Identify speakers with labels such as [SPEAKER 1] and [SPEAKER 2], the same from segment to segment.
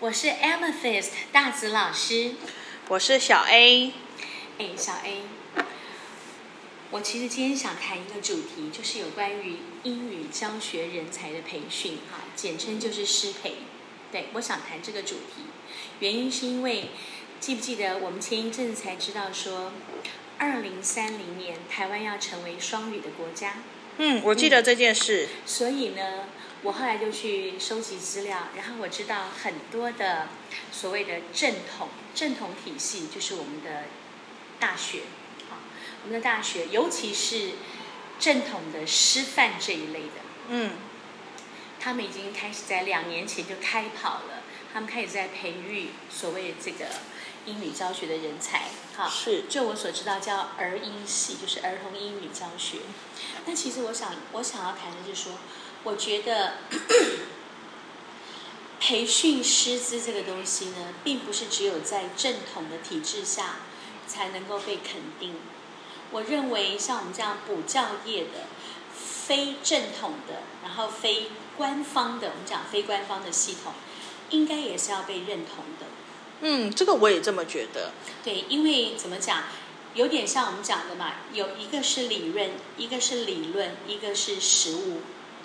[SPEAKER 1] 我是 Amethyst 大紫老师。
[SPEAKER 2] 我是小 A。
[SPEAKER 1] 哎，小 A，我其实今天想谈一个主题，就是有关于英语教学人才的培训，哈，简称就是师培。对，我想谈这个主题，原因是因为记不记得我们前一阵子才知道说，二零三零年台湾要成为双语的国家，
[SPEAKER 2] 嗯，我记得这件事。
[SPEAKER 1] 所以呢，我后来就去收集资料，然后我知道很多的所谓的正统正统体系，就是我们的大学啊，我们的大学，尤其是正统的师范这一类的，
[SPEAKER 2] 嗯
[SPEAKER 1] 他们已经开始在两年前就开跑了，他们开始在培育所谓这个英语教学的人才，哈、
[SPEAKER 2] 是
[SPEAKER 1] 就我所知道叫儿英系，就是儿童英语教学。但其实我想，我想要谈的就是说，我觉得 培训师资这个东西呢，并不是只有在正统的体制下才能够被肯定。我认为像我们这样补教业的、非正统的，然后非官方的，我们讲非官方的系统，应该也是要被认同的。
[SPEAKER 2] 嗯，这个我也这么觉得。
[SPEAKER 1] 对，因为怎么讲，有点像我们讲的嘛，有一个是理论，一个是理论，一个是实物。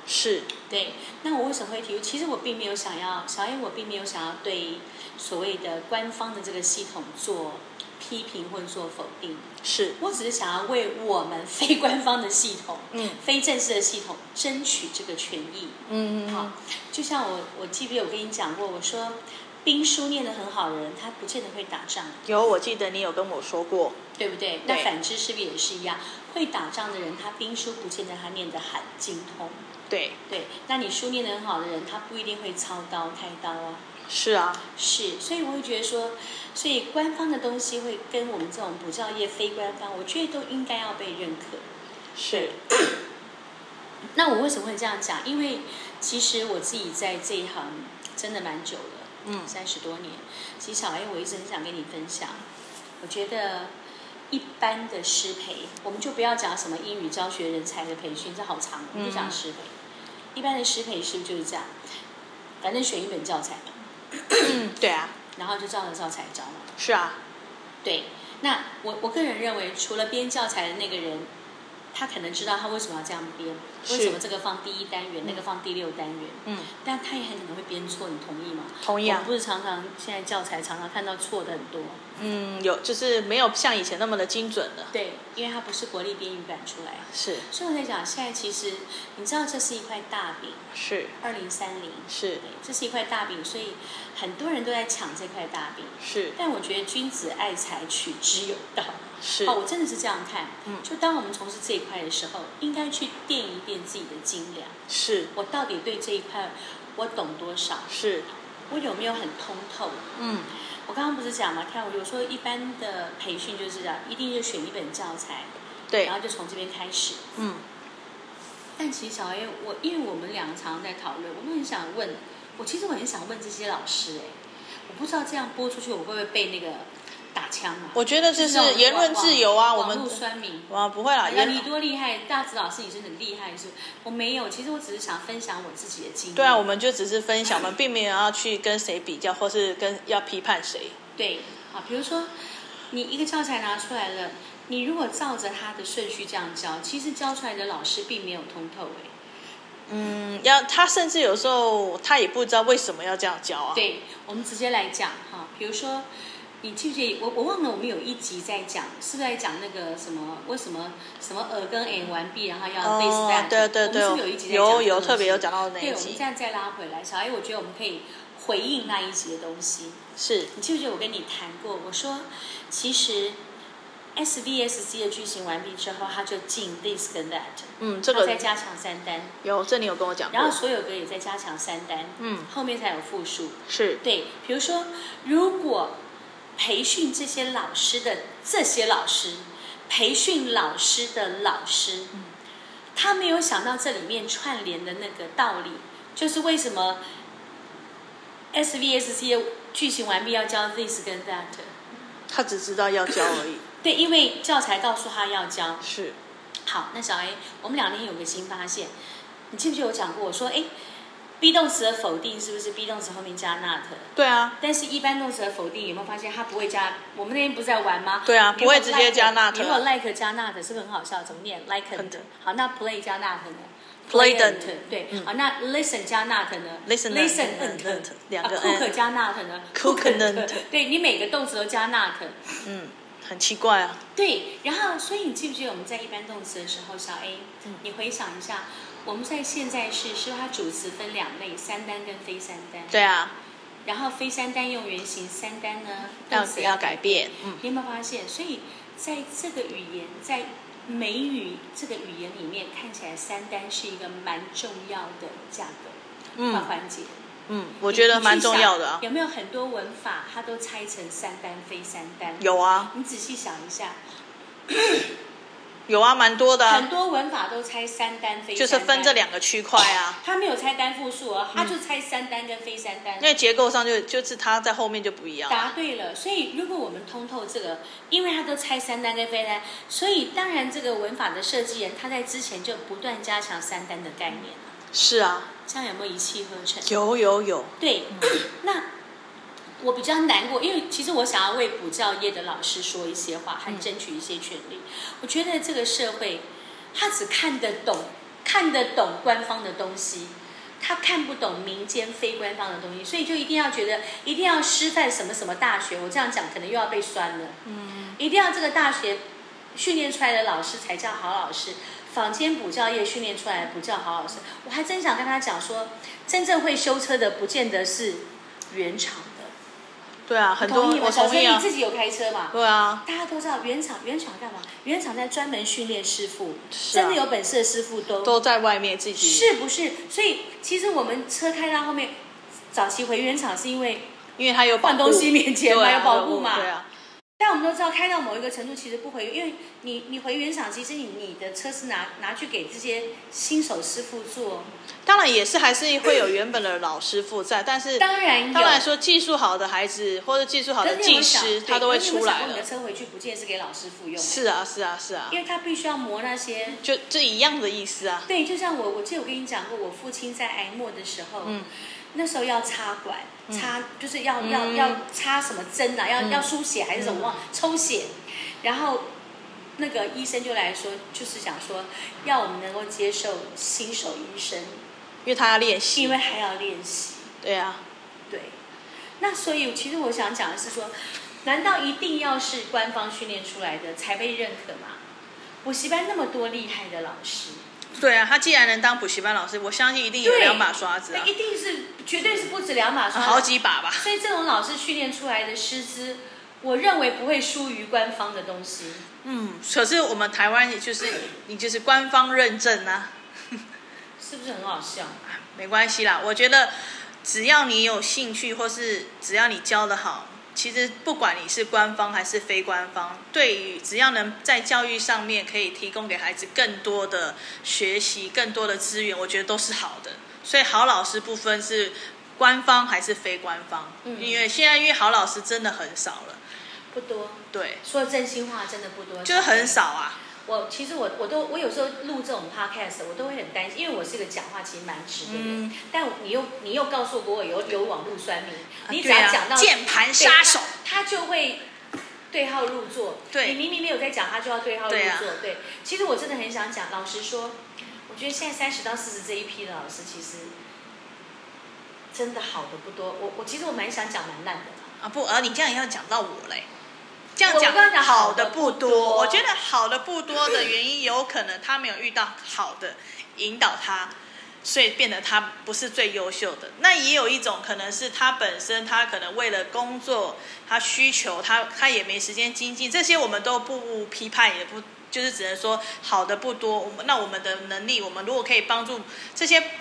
[SPEAKER 2] 是，
[SPEAKER 1] 对，那我为什么会提出？其实我并没有想要，小 A 我并没有想要对所谓的官方的这个系统做批评或者做否定，
[SPEAKER 2] 是，
[SPEAKER 1] 我只是想要为我们非官方的系统、
[SPEAKER 2] 嗯
[SPEAKER 1] 非正式的系统争取这个权益。
[SPEAKER 2] 嗯
[SPEAKER 1] 好，就像我，我记不记得我跟你讲过，我说兵书念得很好的人，他不见得会打仗。
[SPEAKER 2] 有，我记得你有跟我说过。
[SPEAKER 1] 对不对？那
[SPEAKER 2] 对
[SPEAKER 1] 反之是不是也是一样？会打仗的人，他兵书不见得他念得很精通。
[SPEAKER 2] 对，
[SPEAKER 1] 对，那你书念得很好的人，他不一定会操刀开刀啊。
[SPEAKER 2] 是啊，
[SPEAKER 1] 是，所以我会觉得说，所以官方的东西会跟我们这种补教业非官方，我觉得都应该要被认可。
[SPEAKER 2] 是，
[SPEAKER 1] 那我为什么会这样讲？因为其实我自己在这一行真的蛮久了，
[SPEAKER 2] 嗯
[SPEAKER 1] 三十多年。其实小 A 我一直很想跟你分享，我觉得一般的师培，我们就不要讲什么英语教学人才的培训，这好长，我们就讲师培。一般的师培是不是就是这样？反正选一本教材嘛，
[SPEAKER 2] 嗯，对啊，
[SPEAKER 1] 然后就照着教材教嘛。
[SPEAKER 2] 是啊，
[SPEAKER 1] 对，那我我个人认为，除了编教材的那个人，他可能知道他为什么要这样编，为
[SPEAKER 2] 是
[SPEAKER 1] 什么这个放第一单元，那个放第六单元，
[SPEAKER 2] 嗯，
[SPEAKER 1] 但他也很可能会编错，你同意吗？
[SPEAKER 2] 同意
[SPEAKER 1] 我们
[SPEAKER 2] 啊，
[SPEAKER 1] 不是常常现在教材常常看到错的很多，
[SPEAKER 2] 嗯，有，就是没有像以前那么的精准了。
[SPEAKER 1] 对，因为它不是国立编译版出来，
[SPEAKER 2] 是，
[SPEAKER 1] 所以我在讲，现在其实你知道这是一块大饼，
[SPEAKER 2] 是，
[SPEAKER 1] 二零三零，
[SPEAKER 2] 是
[SPEAKER 1] 对，，这是一块大饼，所以很多人都在抢这块大饼，
[SPEAKER 2] 是，
[SPEAKER 1] 但我觉得君子爱财，取之有道。
[SPEAKER 2] 是
[SPEAKER 1] 哦，，我真的是这样看。
[SPEAKER 2] 嗯
[SPEAKER 1] 就当我们从事这一块的时候，应该去掂一掂自己的斤两，
[SPEAKER 2] 是，
[SPEAKER 1] 我到底对这一块我懂多少，
[SPEAKER 2] 是，
[SPEAKER 1] 我有没有很通透？
[SPEAKER 2] 嗯，
[SPEAKER 1] 我刚刚不是讲嘛，看我有时候一般的培训就是这样，一定就选一本教材，
[SPEAKER 2] 对
[SPEAKER 1] 然，后就从这边开始。
[SPEAKER 2] 嗯，
[SPEAKER 1] 但其实小 A，我因为我们俩常常在讨论，我都很想问，我其实我很想问这些老师、哎，我不知道这样播出去我会不会被那个打枪啊？
[SPEAKER 2] 我觉得这
[SPEAKER 1] 就是那
[SPEAKER 2] 是
[SPEAKER 1] 种
[SPEAKER 2] 言论
[SPEAKER 1] 网
[SPEAKER 2] 自由啊，我
[SPEAKER 1] 网
[SPEAKER 2] 们
[SPEAKER 1] 络，酸民。
[SPEAKER 2] 啊，不会啦，
[SPEAKER 1] 哎呀，你
[SPEAKER 2] 言，
[SPEAKER 1] 多厉害！大紫老师，你是很厉害，是不是？我没有，其实我只是想分享我自己的经历。
[SPEAKER 2] 对啊，我们就只是分享，我们并没有要去跟谁比较，或是跟要批判谁。
[SPEAKER 1] 对啊，比如说你一个教材拿出来了，你如果照着它的顺序这样教，其实教出来的老师并没有通透哎。
[SPEAKER 2] 嗯，要他甚至有时候他也不知道为什么要这样教啊。，
[SPEAKER 1] 对，我们直接来讲哈，比如说你记不记得我我忘了我们有一集在讲，是不是在讲那个什么为什么什么耳跟 n 完毕，然后要 face
[SPEAKER 2] 哦
[SPEAKER 1] down？、，
[SPEAKER 2] 对对对，
[SPEAKER 1] 我们是不是有一集在讲
[SPEAKER 2] 有
[SPEAKER 1] 这个
[SPEAKER 2] 有
[SPEAKER 1] 东
[SPEAKER 2] 特别
[SPEAKER 1] 西
[SPEAKER 2] 有讲到那一
[SPEAKER 1] 对，我们
[SPEAKER 2] 集
[SPEAKER 1] 这，样再拉回来，小 A，我觉得我们可以回应那一集的东西。
[SPEAKER 2] 是
[SPEAKER 1] 你记不记得我跟你谈过？我说，其实 SVSC 的句型完毕之后，它就进 this 跟 that，
[SPEAKER 2] 嗯，这
[SPEAKER 1] 它再
[SPEAKER 2] 个
[SPEAKER 1] 加强三单，
[SPEAKER 2] 有，这你有跟我讲
[SPEAKER 1] 然后
[SPEAKER 2] 过，
[SPEAKER 1] 所有格也再加强三单，
[SPEAKER 2] 嗯，
[SPEAKER 1] 后面才有复数。
[SPEAKER 2] 是
[SPEAKER 1] 对，比如说，如果培训这些老师的这些老师，培训老师的老师，
[SPEAKER 2] 嗯
[SPEAKER 1] 他没有想到这里面串联的那个道理，就是为什么 SVSC 的句型完毕要教 this 跟 that。
[SPEAKER 2] 他只知道要教而已，
[SPEAKER 1] 对，因为教材告诉他要教。
[SPEAKER 2] 是
[SPEAKER 1] 好，那小 A，我们两天有个新发现，你记不记得我讲过？我说，哎 be 动词的否定是不是 be 动词后面加 not？
[SPEAKER 2] 对啊，
[SPEAKER 1] 但是，一般动词的否定有没有发现它不会加？我们那天不是在玩吗？
[SPEAKER 2] 对啊
[SPEAKER 1] 你如果
[SPEAKER 2] 不会直接加
[SPEAKER 1] like-
[SPEAKER 2] not
[SPEAKER 1] 你如果 like 加 not 是不是很好笑？怎么念 like？
[SPEAKER 2] 很的
[SPEAKER 1] 好，那 play 加 not 呢
[SPEAKER 2] Play
[SPEAKER 1] Playant，
[SPEAKER 2] and
[SPEAKER 1] 对，
[SPEAKER 2] 嗯
[SPEAKER 1] 好，那 listen 加 not 呢
[SPEAKER 2] Listen and
[SPEAKER 1] listen
[SPEAKER 2] and
[SPEAKER 1] and
[SPEAKER 2] 两个
[SPEAKER 1] 啊 cook
[SPEAKER 2] and
[SPEAKER 1] 加 not 呢
[SPEAKER 2] Cook
[SPEAKER 1] Cookant
[SPEAKER 2] and
[SPEAKER 1] 对你每个动词都加 not，
[SPEAKER 2] 嗯，很奇怪啊。
[SPEAKER 1] 对，然后所以你记不记得我们在一般动词的时候，小 A，、你回想一下，我们在现在式是不是它主词分两类，三单跟非三单，
[SPEAKER 2] 对啊，
[SPEAKER 1] 然后非三单用原形，三单呢
[SPEAKER 2] 要
[SPEAKER 1] 动词
[SPEAKER 2] 要改变，嗯，
[SPEAKER 1] 你有没有发现？所以在这个语言，在美语这个语言里面，看起来三单是一个蛮重要的价格
[SPEAKER 2] 嗯
[SPEAKER 1] 化环节。
[SPEAKER 2] 嗯，我觉得
[SPEAKER 1] 你
[SPEAKER 2] 蛮重要的啊
[SPEAKER 1] 你去想。有没有很多文法它都拆成三单、非三单？。
[SPEAKER 2] 有啊，
[SPEAKER 1] 你仔细想一下，
[SPEAKER 2] 有啊，蛮多的
[SPEAKER 1] 很
[SPEAKER 2] 啊，
[SPEAKER 1] 多文法都拆三单、非三单，
[SPEAKER 2] 就是分这。两嗯个区块啊。
[SPEAKER 1] 它没有拆单复数哦，它就拆三单跟非三单。
[SPEAKER 2] 因为结构上就就是它在后面就不一样了。
[SPEAKER 1] 答对了，所以如果我们通透这个，因为它都拆三单跟非单，所以当然这个文法的设计人他在之前就不断加强三单的概念了
[SPEAKER 2] 是啊，
[SPEAKER 1] 这样有没有一气呵成？
[SPEAKER 2] 有有有，
[SPEAKER 1] 对， 那我比较难过，因为其实我想要为补教业的老师说一些话，还争取一些权利。我觉得这个社会，他只看得懂看得懂官方的东西。他看不懂民间非官方的东西，所以就一定要觉得一定要师范什么什么大学，我这样讲可能又要被酸了。
[SPEAKER 2] 嗯，
[SPEAKER 1] 一定要这个大学训练出来的老师才叫好老师，坊间补教业训练出来的不叫好老师。我还真想跟他讲说，真正会修车的不见得是原厂的，
[SPEAKER 2] 对啊，很多
[SPEAKER 1] 同意吗？
[SPEAKER 2] 我
[SPEAKER 1] 小
[SPEAKER 2] 同
[SPEAKER 1] 车
[SPEAKER 2] 意
[SPEAKER 1] 你
[SPEAKER 2] 啊，
[SPEAKER 1] 自己有开车嘛？
[SPEAKER 2] 对啊，
[SPEAKER 1] 大家都知道原厂，原厂干嘛？原厂在专门训练师傅，
[SPEAKER 2] 是啊
[SPEAKER 1] 真的有本事的师傅都
[SPEAKER 2] 都在外面自己
[SPEAKER 1] 是不是？所以其实我们车开到后面，早期回原厂是因为
[SPEAKER 2] 因为它有保护
[SPEAKER 1] 换东西面前嘛，
[SPEAKER 2] 对啊
[SPEAKER 1] 有保护嘛，
[SPEAKER 2] 对啊，
[SPEAKER 1] 但我们都知道，开到某一个程度，其实不回，因为你你回原厂，其实你你的车是拿拿去给这些新手师傅做，
[SPEAKER 2] 当然也是还是会有原本的老师傅在，但是
[SPEAKER 1] 当然有。
[SPEAKER 2] 当然说技术好的孩子或者技术好
[SPEAKER 1] 可
[SPEAKER 2] 的
[SPEAKER 1] 是你有没
[SPEAKER 2] 技
[SPEAKER 1] 有想
[SPEAKER 2] 师，
[SPEAKER 1] 对
[SPEAKER 2] 他都会
[SPEAKER 1] 可是你有
[SPEAKER 2] 出
[SPEAKER 1] 没有想
[SPEAKER 2] 来
[SPEAKER 1] 过你
[SPEAKER 2] 了
[SPEAKER 1] 的。车回去不见得是给老师傅用，
[SPEAKER 2] 是啊，是啊，是啊，
[SPEAKER 1] 因为他必须要磨那些。
[SPEAKER 2] 就这一样的意思啊。
[SPEAKER 1] 对，就像我，我记得我跟你讲过，我父亲在癌末的时候，
[SPEAKER 2] 嗯
[SPEAKER 1] 那时候要插管，插、就是要、
[SPEAKER 2] 嗯
[SPEAKER 1] 要要插什么针啊，要、要输血还是什么，忘抽血，然后那个医生就来说，就是想说，要我们能够接受新手医生，
[SPEAKER 2] 因为他要练
[SPEAKER 1] 因
[SPEAKER 2] 习。
[SPEAKER 1] 为还要练习，
[SPEAKER 2] 对啊，
[SPEAKER 1] 对。那所以其实我想讲的是说，难道一定要是官方训练出来的才被认可吗？补习班那么多厉害的老师，
[SPEAKER 2] 对啊，他既然能当补习班老师，我相信一定有
[SPEAKER 1] 对
[SPEAKER 2] 两把刷子
[SPEAKER 1] 那
[SPEAKER 2] 啊
[SPEAKER 1] 一，定是绝对是不止两码
[SPEAKER 2] 啊
[SPEAKER 1] 刷，
[SPEAKER 2] 好几把吧。
[SPEAKER 1] 所以这种老师训练出来的师资，我认为不会输于官方的东西。
[SPEAKER 2] 嗯，可是我们台湾也就是你就是官方认证啊，
[SPEAKER 1] 是不是很好笑？
[SPEAKER 2] 没关系啦。我觉得只要你有兴趣，或是只要你教的好，其实不管你是官方还是非官方，对于只要能在教育上面可以提供给孩子更多的学习、更多的资源，我觉得都是好的。所以好老师不分是官方还是非官方，
[SPEAKER 1] 嗯
[SPEAKER 2] 因为现在因为好老师真的很少了，
[SPEAKER 1] 不多，
[SPEAKER 2] 对，
[SPEAKER 1] 说真心话真的不多，
[SPEAKER 2] 就是很。少啊。
[SPEAKER 1] 我其实我我都我有时候录这种 podcast，我都会很担心，因为我是一个讲话其实蛮直的人。
[SPEAKER 2] 嗯
[SPEAKER 1] 但你又你又告诉过我有有网络酸民，你只
[SPEAKER 2] 对
[SPEAKER 1] 要
[SPEAKER 2] 啊
[SPEAKER 1] 讲到、
[SPEAKER 2] 键盘杀手，
[SPEAKER 1] 对他他就会对号入座。你
[SPEAKER 2] 对
[SPEAKER 1] 明明没有在讲，他就要对号入座。
[SPEAKER 2] 对啊
[SPEAKER 1] 对其实我真的很想讲，老实说，我觉得现在三十到四十这一批的老师，其实真的好的不多。我我其实我蛮想讲蛮烂的啦。
[SPEAKER 2] 啊不，而你这样也要讲到我嘞。这样
[SPEAKER 1] 我
[SPEAKER 2] 讲
[SPEAKER 1] 我刚刚讲
[SPEAKER 2] 好
[SPEAKER 1] 好
[SPEAKER 2] 的
[SPEAKER 1] 的
[SPEAKER 2] 不
[SPEAKER 1] 不
[SPEAKER 2] 多，
[SPEAKER 1] 多
[SPEAKER 2] 我觉得好的不多的原因，有可能他没有遇到好的引导他，所以变得他不是最优秀的。那也有一种可能是他本身，他可能为了工作，他需求他他也没时间精进，这些我们都不批判，也不就是只能说好的不多。我们那我们的能力，我们如果可以帮助这些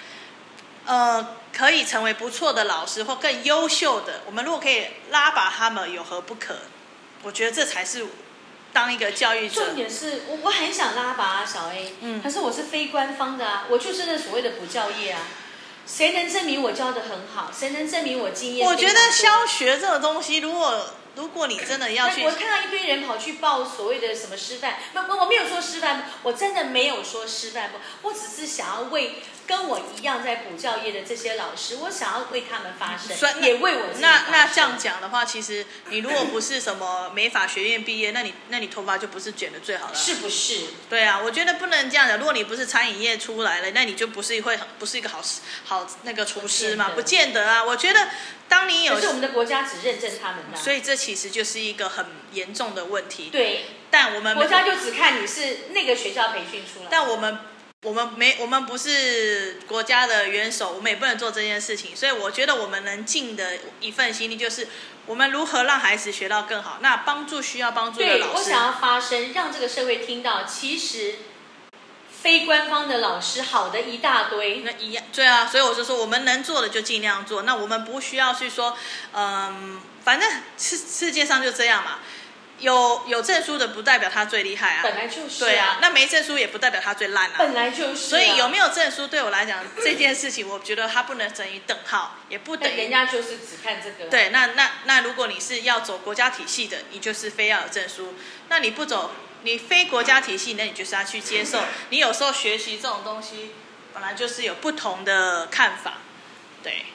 [SPEAKER 2] 呃，可以成为不错的老师或更优秀的，我们如果可以拉拔他们，有何不可？我觉得这才是当一个教育者
[SPEAKER 1] 重，点是我我很想拉拔、啊、小 A，
[SPEAKER 2] 嗯
[SPEAKER 1] 可是我是非官方的啊，我就是那所谓的补教业啊。谁能证明我教的很好？谁能证明我经验
[SPEAKER 2] 我
[SPEAKER 1] 非常多？
[SPEAKER 2] 觉得消学这个东西，如果如果你真的要去
[SPEAKER 1] 那我，看到一堆人跑去报所谓的什么师范，不，我我没有说师范部，我真的没有说师范部，我只是想要为跟我一样在补教业的这些老师，我想要为他们发声
[SPEAKER 2] 算，那
[SPEAKER 1] 也为我自己
[SPEAKER 2] 那
[SPEAKER 1] 发
[SPEAKER 2] 那
[SPEAKER 1] 声
[SPEAKER 2] 这样讲的话，其实你如果不是什么美发学院毕业，那你那你头发就不是卷的最好了。
[SPEAKER 1] 是不是？
[SPEAKER 2] 对啊，我觉得不能这样讲。如果你不是餐饮业出来了，那你就不是会不是一个好师好那个厨师嘛？
[SPEAKER 1] 不
[SPEAKER 2] 不
[SPEAKER 1] 见
[SPEAKER 2] 见得啊。我觉得当你有
[SPEAKER 1] 可，是我们的国家只认证他们啊呐、
[SPEAKER 2] 所以这其实就是一个很严重的问题。
[SPEAKER 1] 对，
[SPEAKER 2] 但我们
[SPEAKER 1] 国家就只看你是那个学校培训出来的。
[SPEAKER 2] 呃但我们我们没我们不是国家的元首，我们也不能做这件事情，所以我觉得我们能尽的一份心力就是我们如何让孩子学到更好，那帮助需要帮助的
[SPEAKER 1] 对，
[SPEAKER 2] 老
[SPEAKER 1] 我
[SPEAKER 2] 师。
[SPEAKER 1] 想要发声，让这个社会听到，其实非官方的老师好的一大堆，
[SPEAKER 2] 那一样，对啊，所以我就说我们能做的就尽量做，那我们不需要去说，嗯，反正世世界上就这样嘛，有有证书的不代表他最厉害
[SPEAKER 1] 本
[SPEAKER 2] 啊，
[SPEAKER 1] 来就是、
[SPEAKER 2] 对啊，，那没证书也不代表他最烂啊，
[SPEAKER 1] 本来就是、
[SPEAKER 2] 所以有没有证书对我来讲，这件事情我觉得它不能等于等号，也不等
[SPEAKER 1] 但人
[SPEAKER 2] 于
[SPEAKER 1] 家就是只看这个，，
[SPEAKER 2] 对。那那那如果你是要走国家体系的，你就是非要有证书；那你不走，你非国家体系，那你就是要去接受。你有时候学习这种东西，本来就是有不同的看法，对。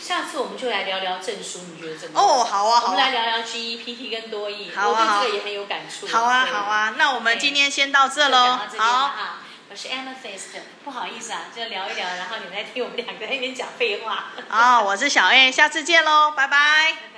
[SPEAKER 1] 下次我们就来聊聊证书，你觉得怎么样？
[SPEAKER 2] 哦，好啊，
[SPEAKER 1] 嗯我
[SPEAKER 2] 好
[SPEAKER 1] 们来
[SPEAKER 2] 啊。
[SPEAKER 1] 聊聊 GEPT 跟多益，
[SPEAKER 2] 好啊
[SPEAKER 1] 我
[SPEAKER 2] 好
[SPEAKER 1] 对这个也很有感触。
[SPEAKER 2] 好啊，
[SPEAKER 1] 对
[SPEAKER 2] 好，啊，那我们今天先到这
[SPEAKER 1] 就讲
[SPEAKER 2] 喽
[SPEAKER 1] 到这。边了
[SPEAKER 2] 好，
[SPEAKER 1] 啊。我是 Amethyst，不好意思啊，就聊一
[SPEAKER 2] 啊
[SPEAKER 1] 聊，然后你们在听我们两个在那边讲废话。
[SPEAKER 2] 好，我是小 A，下次见喽，拜拜。
[SPEAKER 1] 拜拜。